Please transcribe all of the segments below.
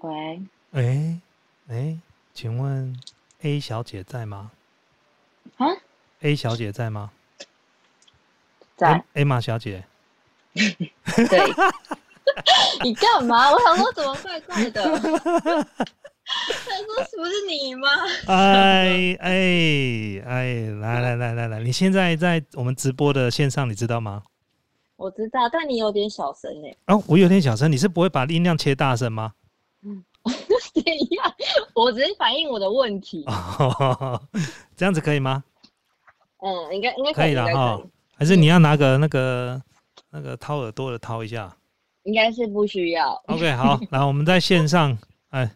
喂，哎哎，请问 A 小姐在吗啊？A 小姐在吗？在。 A 玛小姐，对，你干 嘛？我想说怎么怪怪的。他说是不是你吗？哎哎哎，来来来来来，你现在在我们直播的线上，你知道吗？我知道，但你有点小声哎、哦，我有点小声，你是不会把音量切大声吗？ 怎样？ 我只是反映我的问题。哦这样子可以吗？嗯，应该应该可以了了哈哈，，还是你要拿个那个那个掏耳朵的掏一下应该是不需要。 ？OK，好，来我们在线上，哎，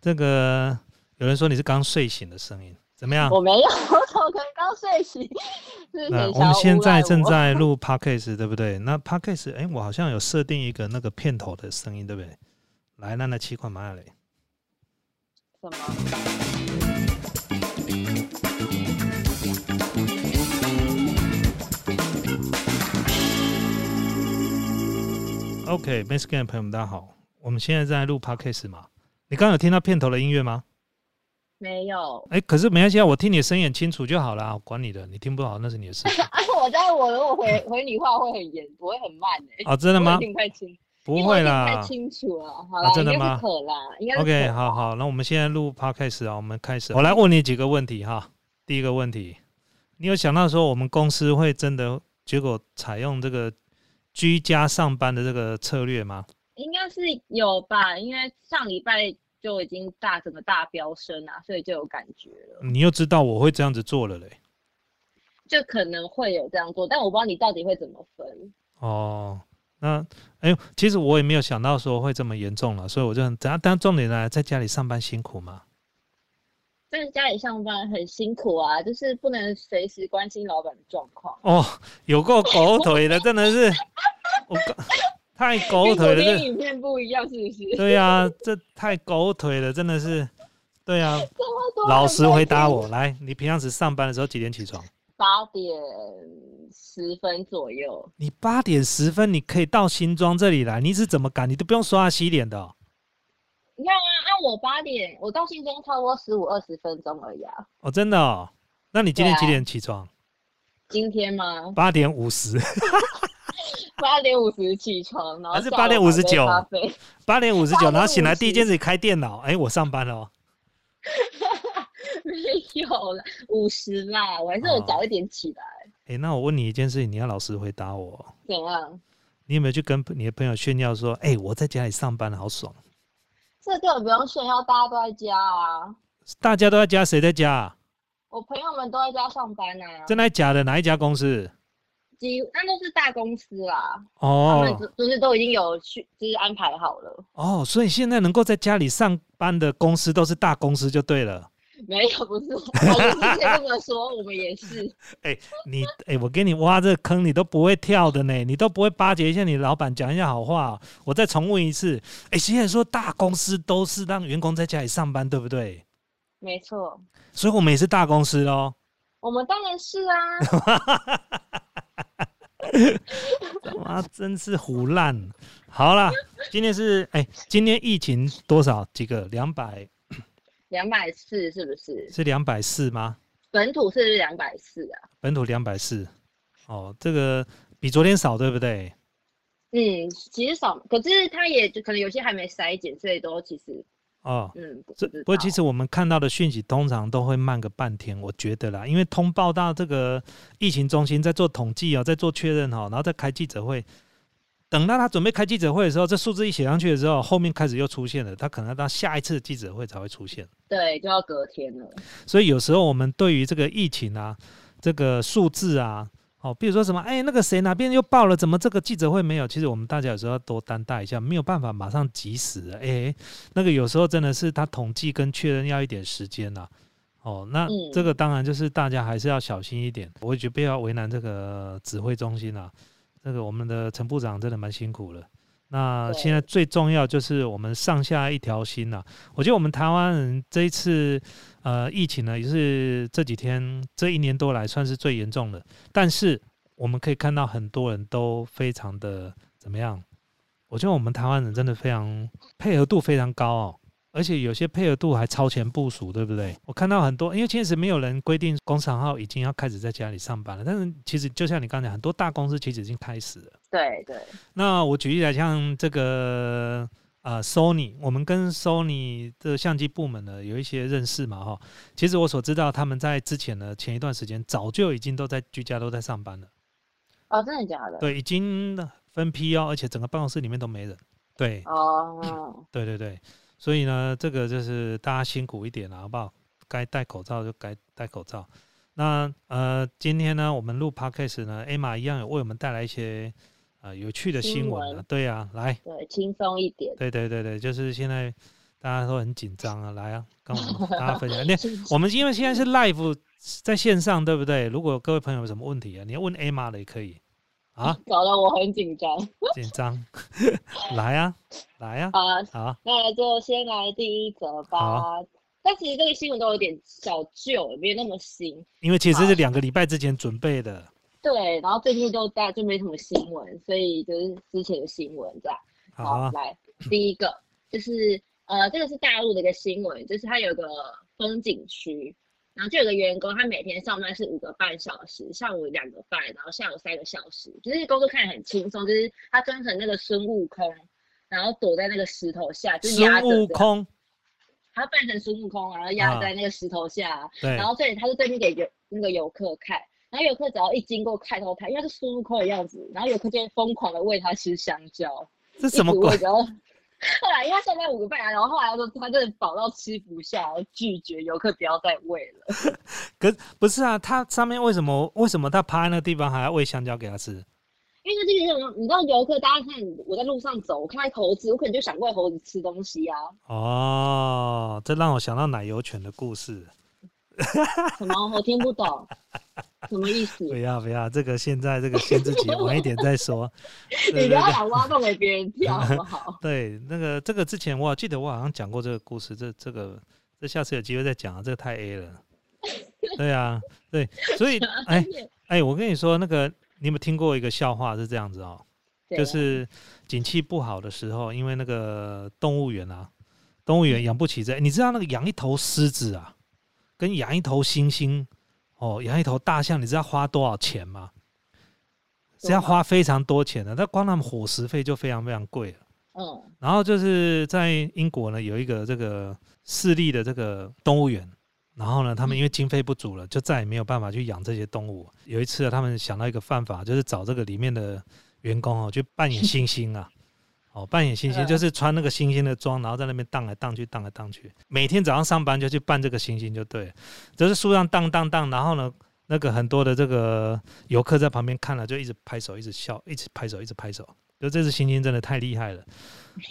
这个有人说你是刚睡醒的声音，怎么样我？没有，我怎么可能刚睡醒？是哦那沈我小们五现赖在我 正在录 podcast，对不对？那 podcast，哎，我好像有设定一个那个片头的声音，对不对？来，那那七块马嘞，什么？ OK，Base、Game 的朋友们，大家好，我们现在在录 Podcast 嘛？你刚刚有听到片头的音乐吗？没有。哎、可是没关系啊，我听你的声音很清楚就好啦，我管你的，你听不好那是你的事 情哎，我在我如果回回你话会很严，我会很慢哎、哦，真的吗？听太清，不会因为我已啦。经不太清楚了。好啦，啊真的应该吗是可啦，应该是 OK，可好好，那我们现在录 Podcast 啊，我们开始，我来问你几个问题哈。第一个问题，你有想到说我们公司会真的结果采用这个居家上班的这个策略吗？应该是有吧，因为上礼拜就已经大整个大飙升啊，所以就有感觉了，你又知道我会这样子做了嘞。就可能会有这样做，但我不知道你到底会怎么分。哦，那哎呦，其实我也没有想到说会这么严重了，所以我就很，但但重点来，在家里上班辛苦嘛。但是家里上班很辛苦啊，就是不能随时关心老板的状况。哦，有够狗腿的，真的是，我 刚太狗跟昨腿了，天这影片不一样，是 不是？对呀、这太狗腿了，真的是，对啊呀、这么多老人实在回答听我，来，你平常时上班的时候几点起床？八点十分左右。你八点十分你可以到新庄这里来，你是怎么赶？你都不用刷牙洗脸的哦、你看啊，按我八点，我到新庄差不多十五二十分钟而已啊。哦，真的哦。那你今天对啊几点起床？今天吗？八点五十。八点五十起床，然后还是下午8:59买杯咖啡 八点五十九， 8:59然后醒来第一件事开电脑，哎、我上班了哦。没有啦，五十啦，我还是有早一点起来。哎、那我问你一件事情，你要老实回答我哦。怎样？你有没有去跟你的朋友炫耀说，哎、我在家里上班好爽？这根本不用炫耀，大家都在家啊。大家都在家，谁在家啊？我朋友们都在家上班啊，真的假的？哪一家公司？几那都是大公司啦，他们哦就就是都已经有去就是安排好了，哦，所以现在能够在家里上班的公司都是大公司就对了。没有不是，我们之前这么说，我们也是。你哎、我给你挖这个坑，你都不会跳的呢，你都不会巴结一下你老板，讲一下好话哦、我再重问一次，哎、现在说大公司都是让员工在家里上班，对不对？没错，所以我们也是大公司喽。我们当然是 啊，他妈真是胡烂！好啦，今天是哎、今天疫情多少？几个？两百两百四是不是？是两百四吗？本土是两百四啊，本土两百四。哦，这个比昨天少，对不对？嗯，其实少，可是他也就可能有些还没筛检，所以都其实哦，嗯不这知不过其道实我们看到的讯息通常都会慢个半天，我觉得啦，因为通报到这个疫情中心在做统计哦，在做确认哦，然后再开记者会。等到他准备开记者会的时候，这数字一写上去的时候，后面开始又出现了，他可能要到下一次记者会才会出现。对，就要隔天了。所以有时候我们对于这个疫情啊，这个数字啊，哦，比如说什么，哎，那个谁哪边又爆了，怎么这个记者会没有？其实我们大家有时候要多担待一下，没有办法马上及时、啊。哎，那个有时候真的是他统计跟确认要一点时间呐、哦，那嗯这个当然就是大家还是要小心一点，我也觉得不要为难这个指挥中心啊，这个我们的陈部长真的蛮辛苦了。那对现在最重要就是我们上下一条心呐、我觉得我们台湾人这一次呃疫情呢，也是这几天这一年多来算是最严重的。但是我们可以看到很多人都非常的怎么样？我觉得我们台湾人真的非常配合度非常高哦。而且有些配合度还超前部署，对不对？我看到很多，因为确实没有人规定工厂号已经要开始在家里上班了，但是其实就像你刚才讲，很多大公司其实已经开始了。对对，那我举例来，像这个呃，Sony，我们跟 Sony 的相机部门呢有一些认识嘛，哈。其实我所知道，他们在之前呢，前一段时间早就已经都在居家都在上班了，哦，真的假的？对，已经分批哦，而且整个办公室里面都没人。对，哦，对对对，所以呢，这个就是大家辛苦一点了，好不好？该戴口罩就该戴口罩。那呃，今天呢，我们录 podcast 呢，Emma 一样有为我们带来一些呃有趣的新新闻、啊闻。对啊，来，对，轻松一点。对对对对，就是现在大家都很紧张啊，来啊，跟我们大家分享。那 我们因为现在是 live 在线上，对不对？如果各位朋友有什么问题啊，你要问 Emma 的也可以啊，搞得我很紧张。紧张， 来啊，来啊，好啊，好，那就先来第一则吧。但其实这个新闻都有点小旧，没有那么新。因为其实是两个礼拜之前准备的。对，然后最近就大家就没什么新闻，所以就是之前的新闻这样。好啊，来，第一个就是呃，这个是大陆的一个新闻，就是它有个风景区，然后就有个员工，他每天上班是五个半小时，上午两个半，然后下午三个小时，就是工作看得很轻松，就是他装成那个孙悟空，然后躲在那个石头下，就是压孙着悟这样，空，他扮成孙悟空，然后压啊在那个石头下，对然后所以他就对面给游那个游客看，然后游客只要一经过看到他，因为他是孙悟空的样子，然后游客就会疯狂的喂他吃香蕉。这 一什么直鬼喂？然后后来因为他上班五个半啊，然后后来他说他真的饱到吃不下，然后拒绝游客不要再喂了。可是不是啊，他上面为什么为什么他趴在那个地方还要喂香蕉给他吃？因为这个种，你知道游客，大家看我在路上走，我看到猴子，我可能就想喂猴子吃东西啊，哦，这让我想到奶油犬的故事。什么我听不懂，什么意思？不你要不要，这个现在这个限制级晚一点 再说。对不要对？老挖洞给别人跳好不好 对，那个这个之前我记得我好像讲过这个故事，这这个这下次有机会再讲啊，这个太 A 了。对啊，对，所以哎哎，我跟你说，那个你有没有听过一个笑话是这样子哦？对就啊是景气不好的时候，因为那个动物园啊，动物园养不起这，你知道那个养一头狮子啊，跟养一头猩猩，哦，养一头大象，你知道花多少钱吗？是多要少花非常多钱的，那光他们伙食费就非常非常贵了。嗯然后就是在英国呢，有一个这个私立的这个动物园，然后呢，他们因为经费不足了，就再也没有办法去养这些动物。有一次、啊，他们想到一个办法，就是找这个里面的员工哦，去扮演猩猩啊，哦，扮演猩猩嗯就是穿那个猩猩的装，然后在那边荡来荡去，荡来荡去，每天早上上班就去扮这个猩猩就对了，就是树上荡荡荡，然后呢。那个很多的这个游客在旁边看了，就一直拍手，一直笑，一直拍手，一直拍手。就这只猩猩真的太厉害了，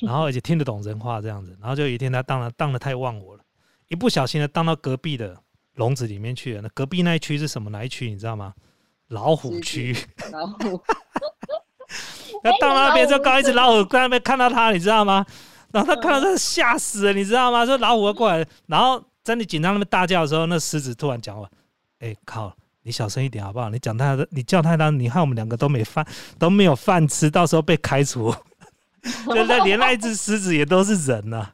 然后而且听得懂人话这样子，然后就有一天他当然当的太忘我了，一不小心的荡到隔壁的笼子里面去了。那隔壁那一区是什么？哪一区你知道吗？老虎区。然后 那荡到那边之老虎后，刚好一只老虎在那边看到他，你知道吗？然后他看到他吓死了，你知道吗？说老虎要过来，然后在你紧张那边大叫的时候，那狮子突然讲话：“哎靠，你小声一点好不好？你讲太大，你叫太大，你害我们两个都没饭都没有饭吃，到时候被开除。” 就 那连那一只狮子也都是人呐、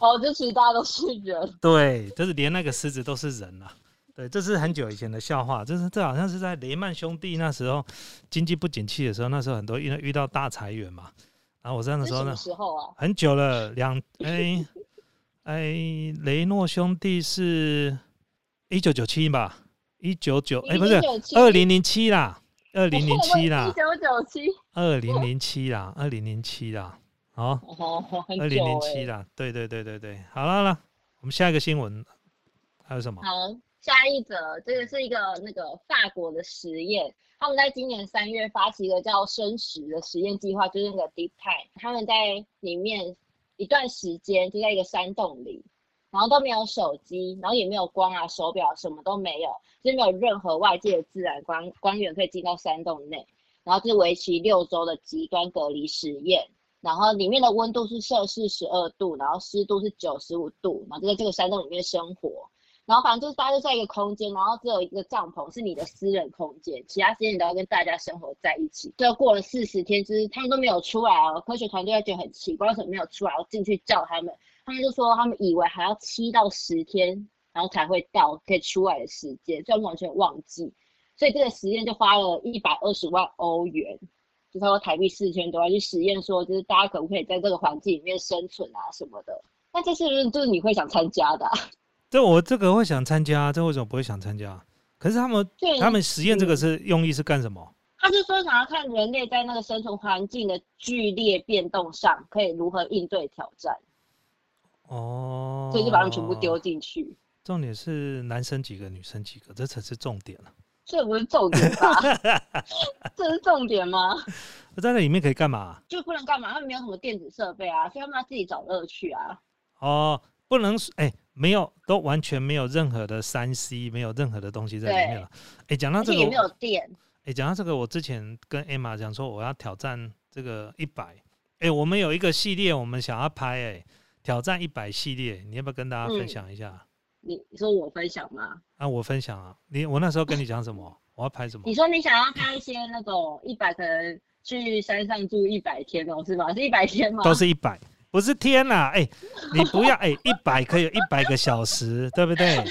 哦，就其实大家都是人， 对，就是连那个狮子都是人啊。对，这是很久以前的笑话，就是这好像是在雷曼兄弟那时候经济不景气的时候，那时候很多遇遇到大裁员嘛。然后我在那是时候什呢么，时候啊？很久了，两哎哎雷诺兄弟是一九九七吧，一九九哎不是二零零七啦，二零零 七啦一，九九七，二零零七啦，二零零七啦，好、哦，很久二零零七欸啦，对对对对对，好了好了，我们下一个新闻还有什么？好，下一则，这个是一个那个法国的实验，他们在今年三月发起一个叫“生食”的实验计划，就是那个 Deep Time，他们在里面一段时间就在一个山洞里，然后都没有手机，然后也没有光啊、手表，什么都没有，就是没有任何外界的自然光光源可以进到山洞内，然后这为期六周的极端隔离实验。然后里面的温度是摄氏十二度，然后湿度是九十五度，然后就在这个山洞里面生活。然后反正就是大家就在一个空间，然后只有一个帐篷是你的私人空间，其他时间你都要跟大家生活在一起。最后过了四十天，就是他们都没有出来哦，科学团队就觉得很奇怪，为什么没有出来？我进去叫他们，他们就说他们以为还要七到十天，然后才会到可以出来的时间，所以他们完全忘记。所以这个实验就花了一百二十万欧元，就差不多台币四千多万去实验，说就是大家可不可以在这个环境里面生存啊什么的。那这是不是就是你会想参加的啊、这我这个会想参加，这为什么不会想参加？可是他们对，嗯他们实验这个是用意是干什么？他就说想要看人类在那个生存环境的剧烈变动上可以如何应对挑战，哦，所以就把他们全部丢。进去。重点是男生几个，女生几个，这才是重点啊了。这不是重点 吧？这是重点吗？在那里面可以干嘛、就不能干嘛？他们没有什么电子设备啊，所以他们要自己找乐趣啊。哦，不能是哎、没有，都完全没有任何的三 C，没有任何的东西在里面了。哎，讲、到而这且个也没我，有电，哎，讲、到这个，我之前跟 Emma 讲说我要挑战这个一百。哎，我们有一个系列，我们想要拍哎、挑战一百系列，你要不要跟大家分嗯享一下？你你说我分享吗？啊，我分享啊，你我那时候跟你讲什么？我要拍什么你？说你想要拍一些那种一百可能去山上住一百天哦，是吗？是一百天吗？都是一百，不是天呐、哎、你不要哎，一、百可以有一百个小时，对不对？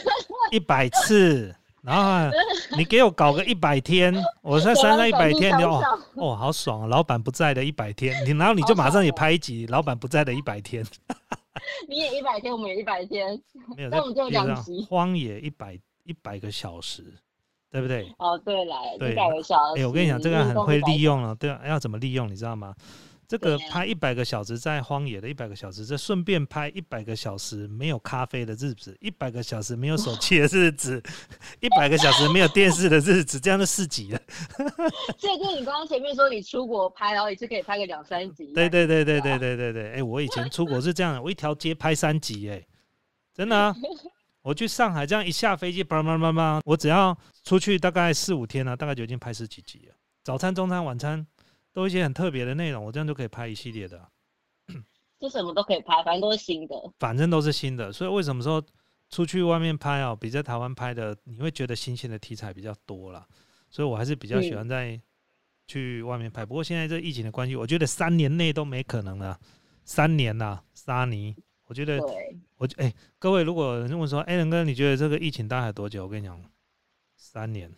一百次，然后啊你给我搞个一百天，我在山上一百天，你就有哦哦，好爽、啊！老板不在的一百天，你然后你就马上哦也拍一集老板不在的一百天，你也一百天，我们也一百天。没有那在我们就有比如两说集荒野一百一百个小时，对不对？哦，对啦，对一百个小哎、时。我跟你讲，这个运很动会100利用了、对啊，要怎么利用，你知道吗？这个对啊拍一百个小时在荒野的一百个小时，这顺便拍一百个小时没有咖啡的日子，一百个小时没有手机的日子， 一百个小时没有电视的日子，这样就四级了。所以就是你刚刚前面说你出国拍，然后一次可以拍个两三集。对。对对对对对对对，哎、我以前出国是这样的，我一条街拍三集、哎，真的啊。我去上海，这样一下飞机，叭叭叭叭，我只要出去大概四五天啊了、大概就已经拍十几集了。早餐、中餐、晚餐都有一些很特别的内容，我这样就可以拍一系列的啊、就什么都可以拍，反正都是新的。反正都是新的，所以为什么说出去外面拍哦，比在台湾拍的，你会觉得新鲜的题材比较多啦。所以我还是比较喜嗯欢在去外面拍。不过现在这疫情的关系，我觉得三年内都没可能了。三年呐、啊沙尼，我觉得对，我哎、各位如果有人问说，哎、仁哥，你觉得这个疫情大概多久？我跟你讲，三年，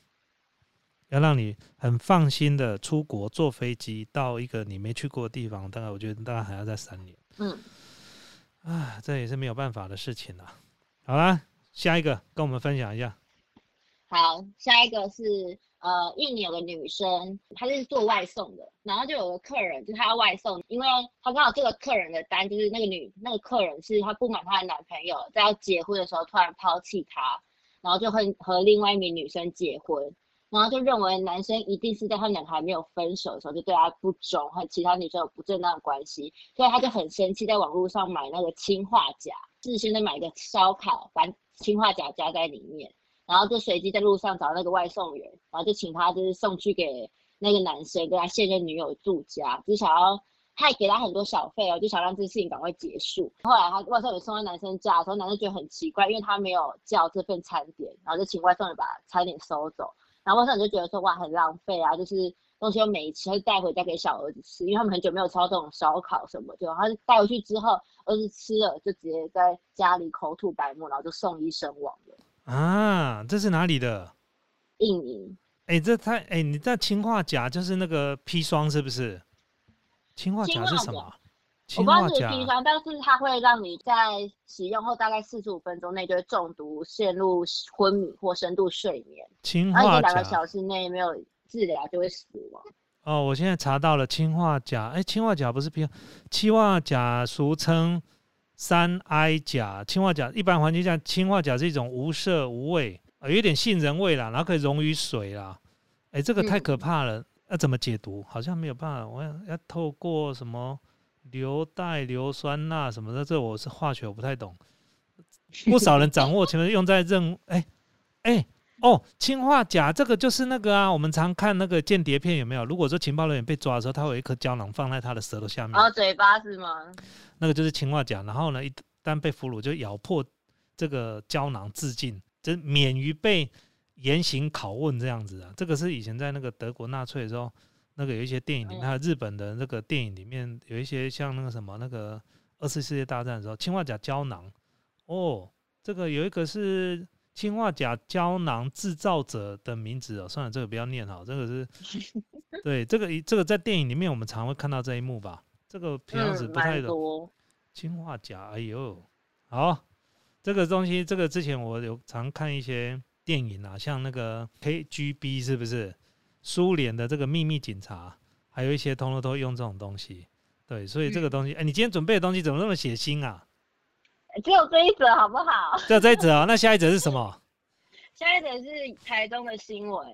要让你很放心的出国坐飞机到一个你没去过的地方，大概我觉得大概还要再三年。嗯，啊，这也是没有办法的事情啦。好啦，下一个跟我们分享一下。好，下一个是呃，印尼有个女生，她是做外送的，然后就有个客人，就是她要外送，因为她刚好这个客人的单就是那个女那个客人是她不满她的男朋友在要结婚的时候突然抛弃她，然后就和和另外一名女生结婚。然后就认为男生一定是在他们两个还没有分手的时候就对她不忠，和其他女生有不正当的关系，所以他就很生气，在网络上买那个氰化钾，事先在买一个烧烤，把氰化钾加在里面，然后就随机在路上找那个外送员，然后就请他就是送去给那个男生跟他现任女友住家，就想要他也给他很多小费哦，就想让这件事情赶快结束。后来他外送员送到男生家的时候，男生觉得很奇怪，因为他没有叫这份餐点，然后就请外送员把餐点收走。然后外送员就觉得说哇很浪费啊，就是东西又没吃，他就带回家给小儿子吃，因为他们很久没有吃到这种烧烤什么的。然后他就带回去之后，儿子吃了就直接在家里口吐白沫，然后就送医身亡了。啊，这是哪里的？印尼哎、这太哎、你在氰化钾就是那个砒霜是不是？氰化钾是什么？我氰不知道化是不是砒钾霜，但是它会让你在使用后大概四十五分钟内就会中毒，陷入昏迷或深度睡眠，氰然后化啊你在两个钾小时内没有治疗就会死亡。哦，我现在查到了氰化钾。哎、氰化钾不是砒，氰化钾俗称三 I 钾。氰化钾一般环境下，氰化钾是一种无色无味，呃，有点杏仁味啦，然后可以溶于水啦。哎、这个太嗯可怕了，要、怎么解毒？好像没有办法，我要要透过什么硫代硫酸钠什么的，这我是化学我不太懂。不少人掌握，前面用在任务。哎、哎、哦，氰化钾这个就是那个啊，我们常看那个间谍片有没有？如果说情报人员被抓的时候，他会有一颗胶囊放在他的舌头下面，然后嘴巴是吗？那个就是氰化钾。然后呢，一旦被俘虏就咬破这个胶囊自尽，就是免于被严刑拷问这样子啊。这个是以前在那个德国纳粹的时候，那个有一些电影里面，嗯还有日本的那个电影里面有一些像那个什么那个二次世界大战的时候，氰化钾胶囊，哦，这个有一个是氰化钾胶囊制造者的名字哦，算了，这个不要念哈，这个 是，对，这个这个在电影里面我们常会看到这一幕吧，这个平常时嗯，不太蛮懂。多，氰化钾，哎呦，好，这个东西，这个之前我有常看一些电影啊，像那个 KGB 是不是？苏联的这个秘密警察，还有一些通通都用这种东西。对，所嗯以这个东西，哎、你今天准备的东西怎么那么血腥啊？哎只有这一则好不好？ 就这一则啊， 那下一则是什么？下一则是台中的新闻，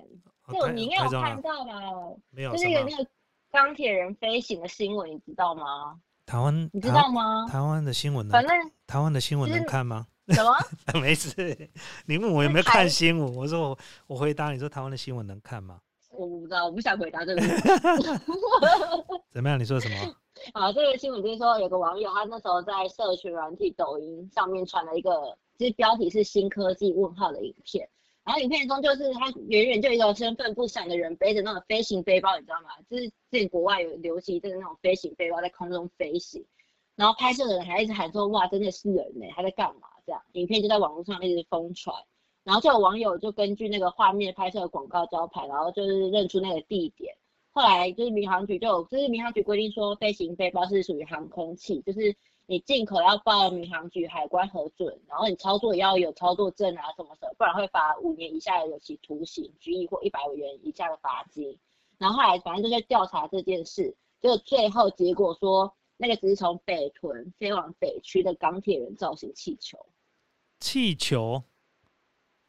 哦这台你应该台有中看啊，到吧？没有就什是有么那个钢铁人飞行的新闻，你知道吗？台湾，你知台道湾吗？台湾的新闻呢反？正台湾的新闻就能是看吗？ 什么没事，你问我有是没有台看新闻，我说我我回答你说台湾的新闻能看吗？我不知道，我不想回答这个问题。怎么样？你说什么？啊，这个新闻就是说，有个网友他那时候在社群软体抖音上面传了一个，就是标题是“新科技”问号的影片，然后影片中就是他远远就一个身份不详的人背着那种飞行背包，你知道吗？就是之前国外有流行就是那种飞行背包在空中飞行，然后拍摄的人还一直喊说：“哇，真的是人呢、他在干嘛？”这样，影片就在网络上一直疯传。然后就有网友就根据那个画面拍摄的广告招牌，然后就是认出那个地点。后来就是民航局就有，就是民航局规定说，飞行背包是属于航空器，就是你进口要报民航局海关核准，然后你操作也要有操作证啊什么的，不然会罚五年以下的有期徒刑、拘役或一百元以下的罚金。然后后来反正就在调查这件事，就最后结果说，那个只是从北屯飞往北区的钢铁人造型气球，气球、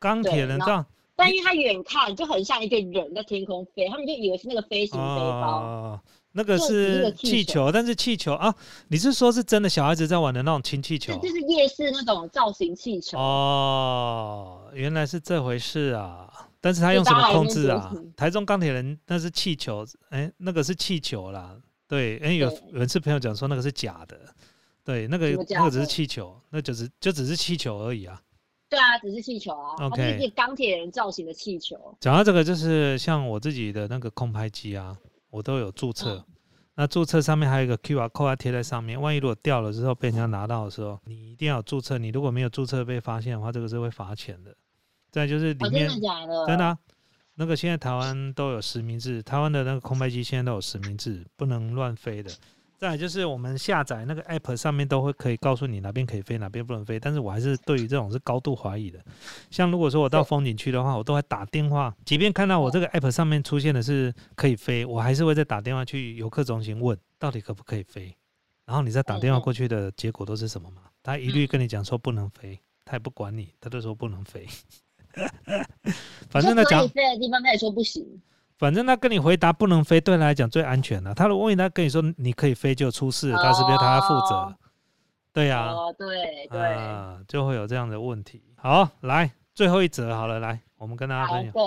钢铁对人然这样但因为它远看就很像一个人在天空飞，他们就以为是那个飞行背包。哦，那个就只是是个气气球，但是气球啊，你是说是真的小孩子在玩的那种氢气球就？就是夜市那种造型气球，哦，原来是这回事啊！但是他就用什大么家控还是制啊觉得？台中钢铁人那是气球，哎，那个是气球啦。对，哎，有对有一次朋友讲说那个是假的，对，那个什么那假个只是的气球，那就只就只是气球而已啊。对啊，只是气球啊它就是 OK 一个钢铁人造型的气球。讲到这个，就是像我自己的那个空拍机啊，我都有注册。嗯那注册上面还有一个 QR code 要贴在上面，万一如果掉了之后被人家拿到的时候，你一定要有注册。你如果没有注册被发现的话，这个是会罚钱的。再就是里哦，面、真的假的？真的啊、那个现在台湾都有实名制，台湾的那个空拍机现在都有实名制，不能乱飞的。再来就是我们下载那个 app 上面都会可以告诉你哪边可以飞，哪边不能飞。但是我还是对于这种是高度怀疑的。像如果说我到对风景区的话，我都会打电话，即便看到我这个 app 上面出现的是可以飞，我还是会再打电话去游客中心问到底可不可以飞。然后你再打嗯电话嗯过去的结果都是什么嘛？他一律跟你讲说不能飞，他也不管你，他就说不 能飞。反正你说可他以讲，飞的地方，他也说不行。反正他跟你回答不能飞，对他来讲最安全了、他如果问他跟你说你可以飞就出事了，他是不是他要负责哦？对呀、啊，哦，对对，啊，就会有这样的问题。好，来最后一则好了，来我们跟大家好分享。对。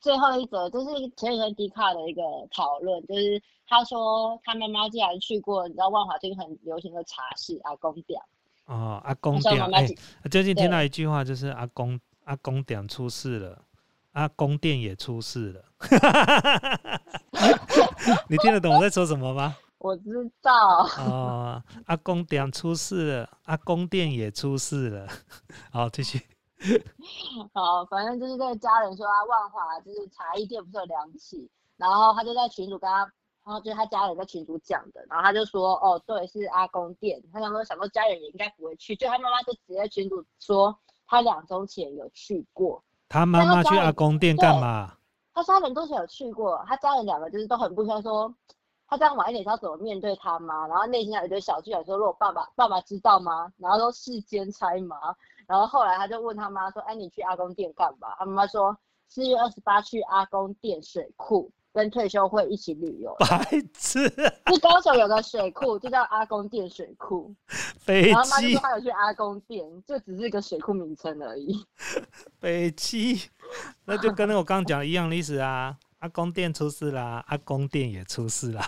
最后一则就是前几天迪卡的一个讨论，就是他说他妈妈竟然去过，你知道万华最近很流行的茶室阿公店，哦，阿他公说点妈妈哎几，最近听对到一句话，就是阿公阿公点出事了，阿公店也出事了。 你听得懂我在说什么吗？我知道， 哦，阿公点出事了，阿公店也出事了。 哦好，继续。好，反正就是这个家人说啊，万华就是茶艺店不是有两起，然后他就在群主跟他，然后就是他家人在群主讲的，然后他就说哦，对，是阿公店，他想说想说家人也应该不会去，就他妈妈就直接群主说他两周前有去过，他妈那他妈家去里阿公店对干嘛？。他说他两周前有去过，他家人两个就是都很不相说。他这样晚一点，他怎么面对他妈？然后内心还有一堆小剧场，说如果爸爸爸爸知道吗？然后都世间猜嘛。然后后来他就问他妈说：“哎，你去阿公店干嘛？”他妈妈说：“四月二十八去阿公店水库跟退休会一起旅游白痴，就高雄有个水库，就叫阿公店水库。北然后妈就七说他有去阿公店，就只是一个水库名称而 已。北七，那就跟我刚刚讲的一样的意思啊。阿公店出事啦，阿公店也出事啦。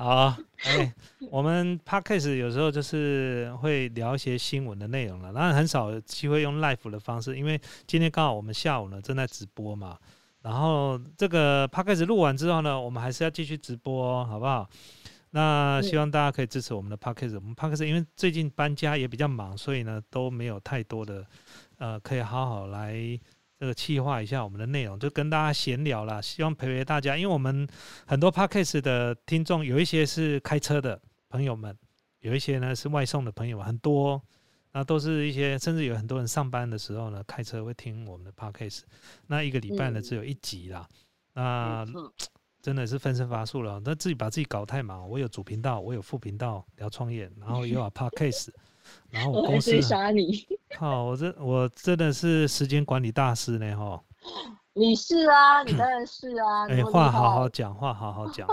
好，哎，我们 podcast 有时候就是会聊一些新闻的内容了，当然很少有机会用 live 的方式，因为今天刚好我们下午呢正在直播嘛，然后这个 podcast 录完之后呢，我们还是要继续直播、哦，好不好？那希望大家可以支持我们的 p a c k a g e 我们 p a c k a g e 因为最近搬家也比较忙，所以呢都没有太多的呃可以好好来这个企划一下我们的内容，就跟大家闲聊啦。希望陪陪大家，因为我们很多 p a c k a g e 的听众有一些是开车的朋友们，有一些呢是外送的朋友们，很多哦、那都是一些，甚至有很多人上班的时候呢，开车会听我们的 podcast。那一个礼拜呢，嗯只有一集啦。那 没错真的是分身乏术了。那自己把自己搞太忙，我有主频道，我有副频道聊创业，然后又有 podcast，然后我我会公司追杀你，靠，我这我真的是时间管理大师呢哈。你是啊，你当然是啊，哎、多厉话好害好讲，话好好讲。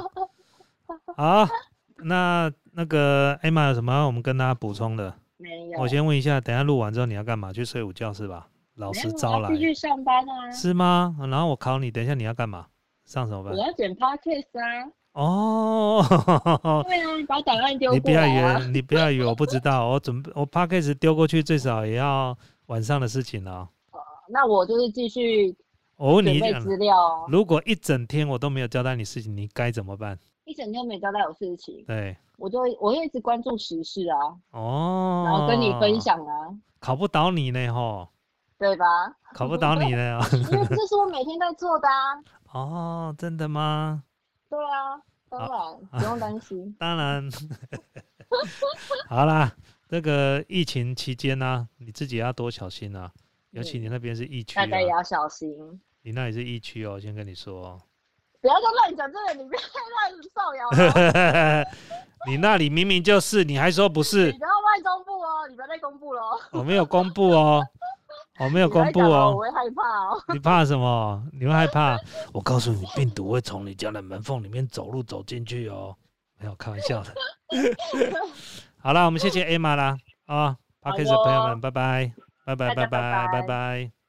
好，那那个 Emma 有什么要我们跟大家补充的？没有，我先问一下，等一下录完之后你要干嘛？去睡午觉是吧？老没师有招我要来继续上班啊，是吗？然后我考你，等一下你要干嘛？上什么班我？要剪 podcast 啊，哦， 对啊，你把档案丢你过不要以来啊，为你不要以为我不知道，我准备我 p a c k a g e 丢过去最少也要晚上的事情了哦。那我就是继续我问准你一备件，资料啊，如果一整天我都没有交代你事情，你该怎么办？一整天没交代有事情，对，我就会我会一直关注时事啊，哦，然后跟你分，享啊，考不倒你呢吼，对 吧？考不倒你呢。因为这是我每天在做的啊， 哦，真的吗？对啊，当然不用担 心。当然，好啦，这个疫情期间呢、你自己要多小心啊，尤其你那边是疫区、啊嗯大，家也要小心，你那里是疫区哦，先跟你说、哦，，不要再乱讲这个，你不要再乱造谣了 你那里明明就是，你还说不你 是，不要乱公布哦，你不要再公布了哦，我没有公布哦，我没有你再公布讲了哦我，会害怕哦。你怕什么？你会害怕？我告诉你，病毒会从你家的门缝里面走路走进去哦，没有开玩 笑的。好啦，我们谢谢 Emma 啦啊 p a r k e 好哟朋友们，拜拜，拜拜，大拜家拜拜，拜拜拜。